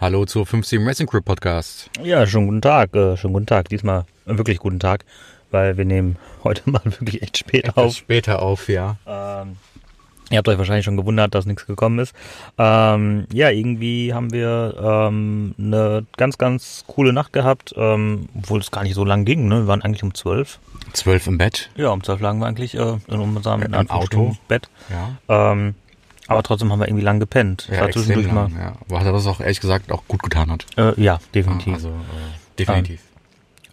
Hallo zur 57 Racing Crew Podcast. Ja, schönen guten Tag, äh, schönen guten Tag. Diesmal äh, wirklich guten Tag, weil wir nehmen heute mal wirklich echt spät Auf. auf. Später auf, ja. Ähm, ihr habt euch wahrscheinlich schon gewundert, dass nichts gekommen ist. Ähm, ja, irgendwie haben wir ähm, eine ganz, ganz coole Nacht gehabt, ähm, obwohl es gar nicht so lang ging. Ne? Wir waren eigentlich um zwölf. Zwölf im Bett. Ja, um zwölf lagen wir eigentlich äh, in unserem in Im Auto. Anführungsstrichen Bett. Ja. Ähm, aber trotzdem haben wir irgendwie lang gepennt. Es war extrem zwischendurch lang, ja. Was er das auch ehrlich gesagt auch gut getan hat. mal. Äh, ja, definitiv. Also äh, definitiv.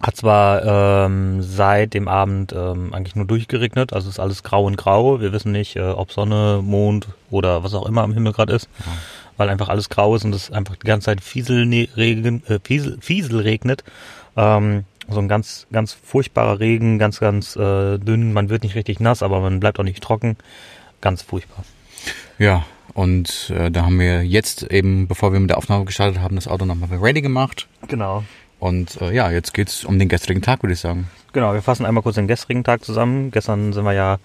Hat zwar ähm, seit dem Abend ähm, eigentlich nur durchgeregnet, also ist alles grau und grau. Wir wissen nicht, äh, ob Sonne, Mond oder was auch immer am Himmel gerade ist, weil einfach alles grau ist und es einfach die ganze Zeit Fiesel, Regen, äh, Fiesel, Fiesel regnet. Ähm, so ein ganz, ganz furchtbarer Regen, ganz, ganz äh, dünn. Man wird nicht richtig nass, aber man bleibt auch nicht trocken. Ganz furchtbar. Ja. Und äh, da haben wir jetzt eben, bevor wir mit der Aufnahme gestartet haben, das Auto nochmal ready gemacht. Genau. Und äh, ja, jetzt geht's um den gestrigen Tag, würde ich sagen. Genau, wir fassen einmal kurz den gestrigen Tag zusammen. Gestern sind wir ja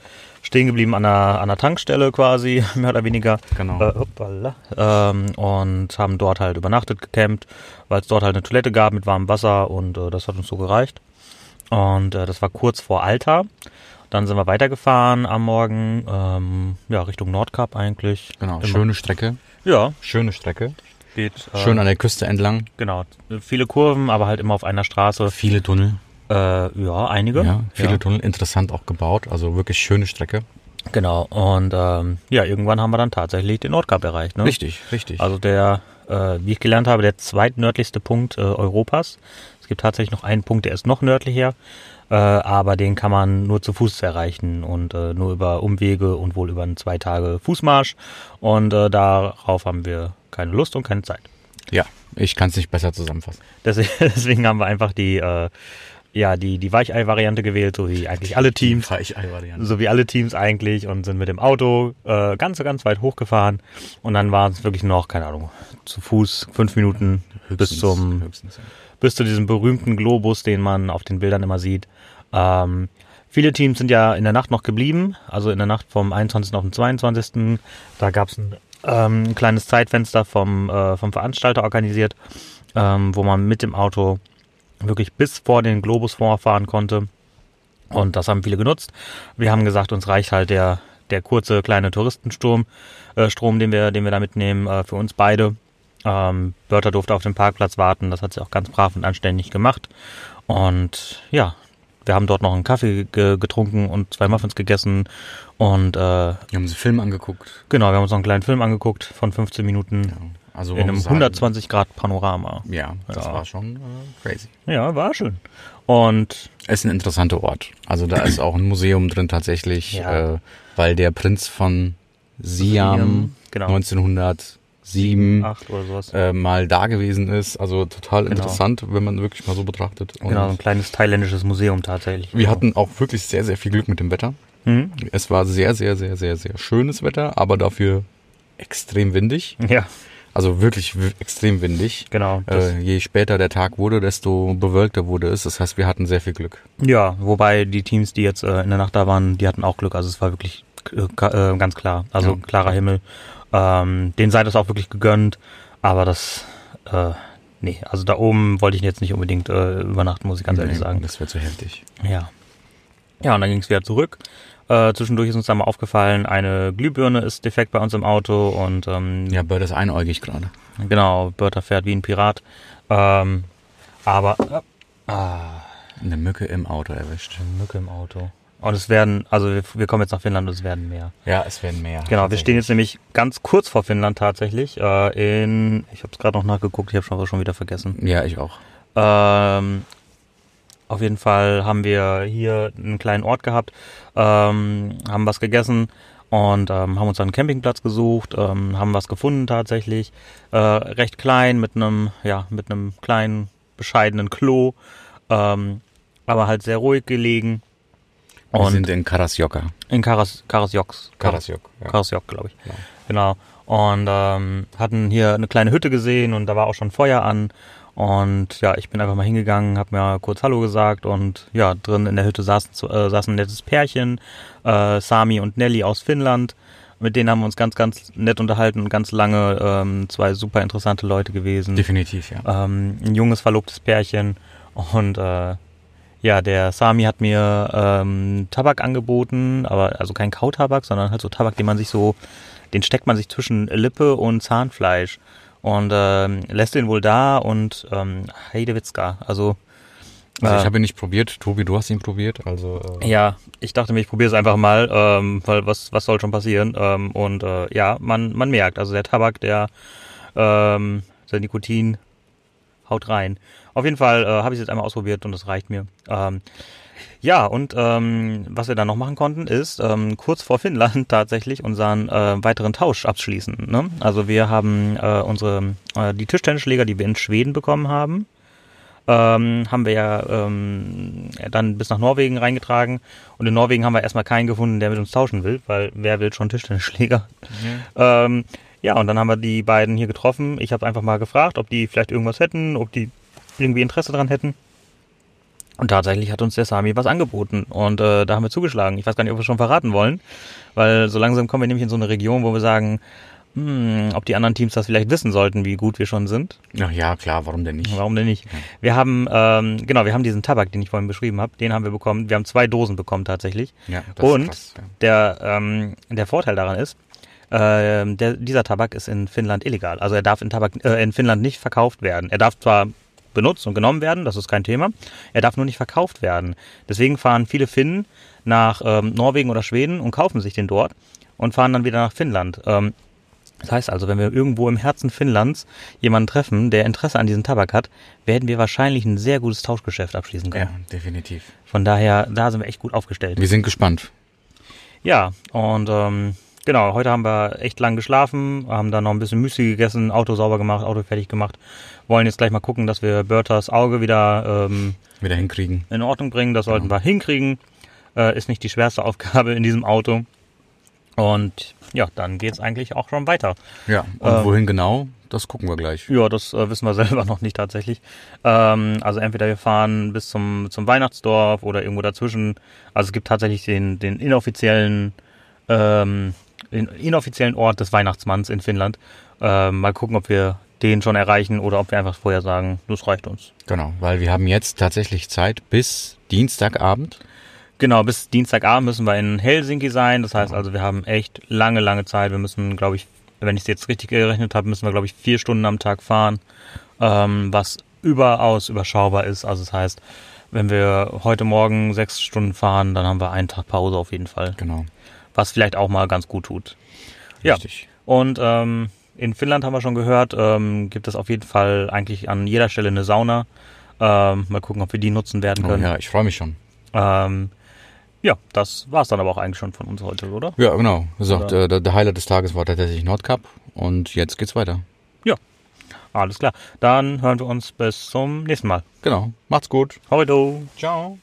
stehen geblieben an einer, an einer Tankstelle quasi, mehr oder weniger. Genau. Äh, hoppala. ähm, und haben dort halt übernachtet, gecampt, weil es dort halt eine Toilette gab mit warmem Wasser und äh, das hat uns so gereicht. Und äh, das war kurz vor Alta. Dann sind wir weitergefahren am Morgen, ähm, ja, Richtung Nordkap eigentlich. Genau. Immer. Schöne Strecke. Ja, Schöne Strecke. geht. Äh, Schön an der Küste entlang. Genau. Viele Kurven, aber halt immer auf einer Straße. Viele Tunnel. Äh, ja, einige. Ja, viele Tunnel. Interessant auch gebaut. Also wirklich schöne Strecke. Genau, und ähm, ja, irgendwann haben wir dann tatsächlich den Nordkap erreicht. Ne? Richtig, richtig. Also der, äh, wie ich gelernt habe, der zweitnördlichste Punkt äh, Europas. Es gibt tatsächlich noch einen Punkt, der ist noch nördlicher, äh, aber den kann man nur zu Fuß erreichen und äh, nur über Umwege und wohl über einen zwei Tage Fußmarsch. Und äh, darauf haben wir keine Lust und keine Zeit. ja, ich kann es nicht besser zusammenfassen. Deswegen, deswegen haben wir einfach die, äh, ja, die, die Weichei-Variante gewählt, so wie eigentlich alle Teams Weichei-Variante. so wie alle Teams eigentlich und sind mit dem Auto äh, ganz, ganz weit hochgefahren. Und dann waren es wirklich noch, keine Ahnung, zu Fuß fünf Minuten bis zum Höchstens. bis zu diesem berühmten Globus, den man auf den Bildern immer sieht. Ähm, viele Teams sind ja in der Nacht noch geblieben, also in der Nacht vom 21. auf den 22. Da gab es ein ähm, kleines Zeitfenster vom, äh, vom Veranstalter organisiert, ähm, wo man mit dem Auto wirklich bis vor den Globus vorfahren konnte. Und das haben viele genutzt. Wir haben gesagt, uns reicht halt der, der kurze kleine Touristensturm, äh, Strom, den wir, den wir da mitnehmen, äh, für uns beide. Ähm, Börter durfte auf dem Parkplatz warten. Das hat sie auch ganz brav und anständig gemacht. Und ja, wir haben dort noch einen Kaffee ge getrunken und zwei Muffins gegessen. Und äh, Wir haben uns einen Film angeguckt. genau, wir haben uns noch einen kleinen Film angeguckt von 15 Minuten Also in einem muss man sagen, 120 Grad Panorama. Ja, das Ja. war schon äh, crazy. Ja, war schön. Und Ist ein interessanter Ort. Also da ist auch ein Museum drin tatsächlich, Ja. äh, weil der Prinz von Siam Genau. 1907 acht oder sowas. ähm, äh, mal da gewesen ist. Also total interessant, wenn man wirklich mal so betrachtet. Und Genau, so ein kleines thailändisches Museum tatsächlich. Wir hatten auch wirklich sehr, sehr viel Glück mit dem Wetter. Mhm. Es war sehr, sehr, sehr, sehr, sehr schönes Wetter, aber dafür extrem windig. Ja, Also wirklich w- extrem windig. genau. Das, Äh, je später der Tag wurde, desto bewölkter wurde es. Das heißt, wir hatten sehr viel Glück. Ja, wobei die Teams, die jetzt äh, in der Nacht da waren, die hatten auch Glück. Also es war wirklich äh, ka- äh, ganz klar. Also Ja. klarer Himmel. Ähm, denen sei das auch wirklich gegönnt. Aber das, äh, nee, also da oben wollte ich jetzt nicht unbedingt äh, übernachten, muss ich ganz ehrlich Nee, sagen. Das wäre zu heftig. Ja. Ja, und dann ging es wieder zurück. Äh, zwischendurch ist uns dann mal aufgefallen, eine Glühbirne ist defekt bei uns im Auto und ähm, Ja, Bird ist einäugig gerade. genau, Börter fährt wie ein Pirat. Ähm, aber Eine Mücke im Auto erwischt. Mücke im Auto. Und es werden, also wir, wir kommen jetzt nach Finnland und es werden mehr. Ja, es werden mehr. Genau, wir stehen jetzt nämlich ganz kurz vor Finnland tatsächlich. Äh, in, ich habe es gerade noch nachgeguckt, ich habe schon, schon wieder vergessen. Ja, ich auch. Ähm, auf jeden Fall haben wir hier einen kleinen Ort gehabt, ähm, haben was gegessen und ähm, haben uns dann einen Campingplatz gesucht, ähm, haben was gefunden tatsächlich. Äh, recht klein mit einem, ja, mit einem kleinen, bescheidenen Klo, ähm, aber halt sehr ruhig gelegen. Wir Und sind in Karasjoka. in Karas, Karasjoks. Karasjok. Ja. Karasjok, glaube ich. Genau. Und ähm, hatten hier eine kleine Hütte gesehen und da war auch schon Feuer an. Und ja, ich bin einfach mal hingegangen, habe mir kurz Hallo gesagt und ja, drin in der Hütte saßen, zu- äh, saßen ein nettes Pärchen, äh, Sami und Nelly aus Finnland. Mit denen haben wir uns ganz, ganz nett unterhalten und ganz lange ähm, zwei super interessante Leute gewesen. Definitiv, ja. ähm, ein junges verlobtes Pärchen und äh, ja, der Sami hat mir ähm, Tabak angeboten, aber also kein Kautabak, sondern halt so Tabak, den man sich so, den steckt man sich zwischen Lippe und Zahnfleisch und ähm, lässt den wohl da und ähm, Heidewitzka, also Also ich äh, habe ihn nicht probiert. Tobi, du hast ihn probiert. Also äh, ja, ich dachte mir, ich probiere es einfach mal, ähm, weil was, was soll schon passieren? Ähm, und äh, ja, man, man merkt, also der Tabak, der, ähm, der Nikotin haut rein. Auf jeden Fall äh, habe ich es jetzt einmal ausprobiert und das reicht mir. Ähm, ja, und ähm, was wir dann noch machen konnten, ist ähm, kurz vor Finnland tatsächlich unseren äh, weiteren Tausch abschließen. Ne? Also wir haben äh, unsere äh, die Tischtennisschläger, die wir in Schweden bekommen haben, ähm, haben wir ja ähm, dann bis nach Norwegen reingetragen. Und in Norwegen haben wir erstmal keinen gefunden, der mit uns tauschen will, weil wer will schon Tischtennisschläger? Ähm, ja, und dann haben wir die beiden hier getroffen. Ich habe einfach mal gefragt, ob die vielleicht irgendwas hätten, ob die irgendwie Interesse dran hätten. Und tatsächlich hat uns der Sami was angeboten und äh, da haben wir zugeschlagen. Ich weiß gar nicht, ob wir schon verraten wollen, weil so langsam kommen wir nämlich in so eine Region, wo wir sagen, hm, ob die anderen Teams das vielleicht wissen sollten, wie gut wir schon sind. ja, ja, klar, warum denn nicht? Warum denn nicht? Wir haben, ähm, genau, wir haben diesen Tabak, den ich vorhin beschrieben habe, den haben wir bekommen. Wir haben zwei Dosen bekommen tatsächlich. Ja, Und krass, ja. Der, ähm, der Vorteil daran ist, ähm, der, dieser Tabak ist in Finnland illegal. Also er darf in, Tabak, äh, in Finnland nicht verkauft werden. Er darf zwar benutzt und genommen werden, das ist kein Thema, er darf nur nicht verkauft werden. Deswegen fahren viele Finnen nach ähm, Norwegen oder Schweden und kaufen sich den dort und fahren dann wieder nach Finnland. Ähm, das heißt also, wenn wir irgendwo im Herzen Finnlands jemanden treffen, der Interesse an diesem Tabak hat, werden wir wahrscheinlich ein sehr gutes Tauschgeschäft abschließen können. Ja, definitiv. Von daher, da sind wir echt gut aufgestellt. Wir sind gespannt. Ja, und ähm, genau, heute haben wir echt lang geschlafen, haben dann noch ein bisschen Müsli gegessen, Auto sauber gemacht, Auto fertig gemacht. Wollen jetzt gleich mal gucken, dass wir Berthas Auge wieder ähm, Wieder hinkriegen. in Ordnung bringen. Das sollten wir hinkriegen. Äh, ist nicht die schwerste Aufgabe in diesem Auto. Und ja, dann geht's eigentlich auch schon weiter. Ja, und Ähm. wohin genau, das gucken wir gleich. Ja, das äh, wissen wir selber noch nicht tatsächlich. Ähm, also entweder wir fahren bis zum, zum Weihnachtsdorf oder irgendwo dazwischen. Also es gibt tatsächlich den, den inoffiziellen, ähm, den inoffiziellen Ort des Weihnachtsmanns in Finnland. Ähm, mal gucken, ob wir den schon erreichen oder ob wir einfach vorher sagen, das reicht uns. Genau, weil wir haben jetzt tatsächlich Zeit bis Dienstagabend. Genau, bis Dienstagabend müssen wir in Helsinki sein. Das Genau. heißt also, wir haben echt lange, lange Zeit. Wir müssen, glaube ich, wenn ich es jetzt richtig gerechnet habe, müssen wir, glaube ich, vier Stunden am Tag fahren, ähm, was überaus überschaubar ist. Also das heißt, wenn wir heute Morgen sechs Stunden fahren, dann haben wir einen Tag Pause auf jeden Fall, Genau, was vielleicht auch mal ganz gut tut. Ja. richtig. Und ähm, in Finnland haben wir schon gehört, ähm, gibt es auf jeden Fall eigentlich an jeder Stelle eine Sauna. Ähm, mal gucken, ob wir die nutzen werden Oh, können. ja, ich freue mich schon. Ähm, ja, das war's dann aber auch eigentlich schon von uns heute, oder? Ja, genau. Wie gesagt, äh, der, der Highlight des Tages war tatsächlich Nordcup und jetzt geht's weiter. Alles klar. Dann hören wir uns bis zum nächsten Mal. Genau, macht's gut. Horrido! Ciao.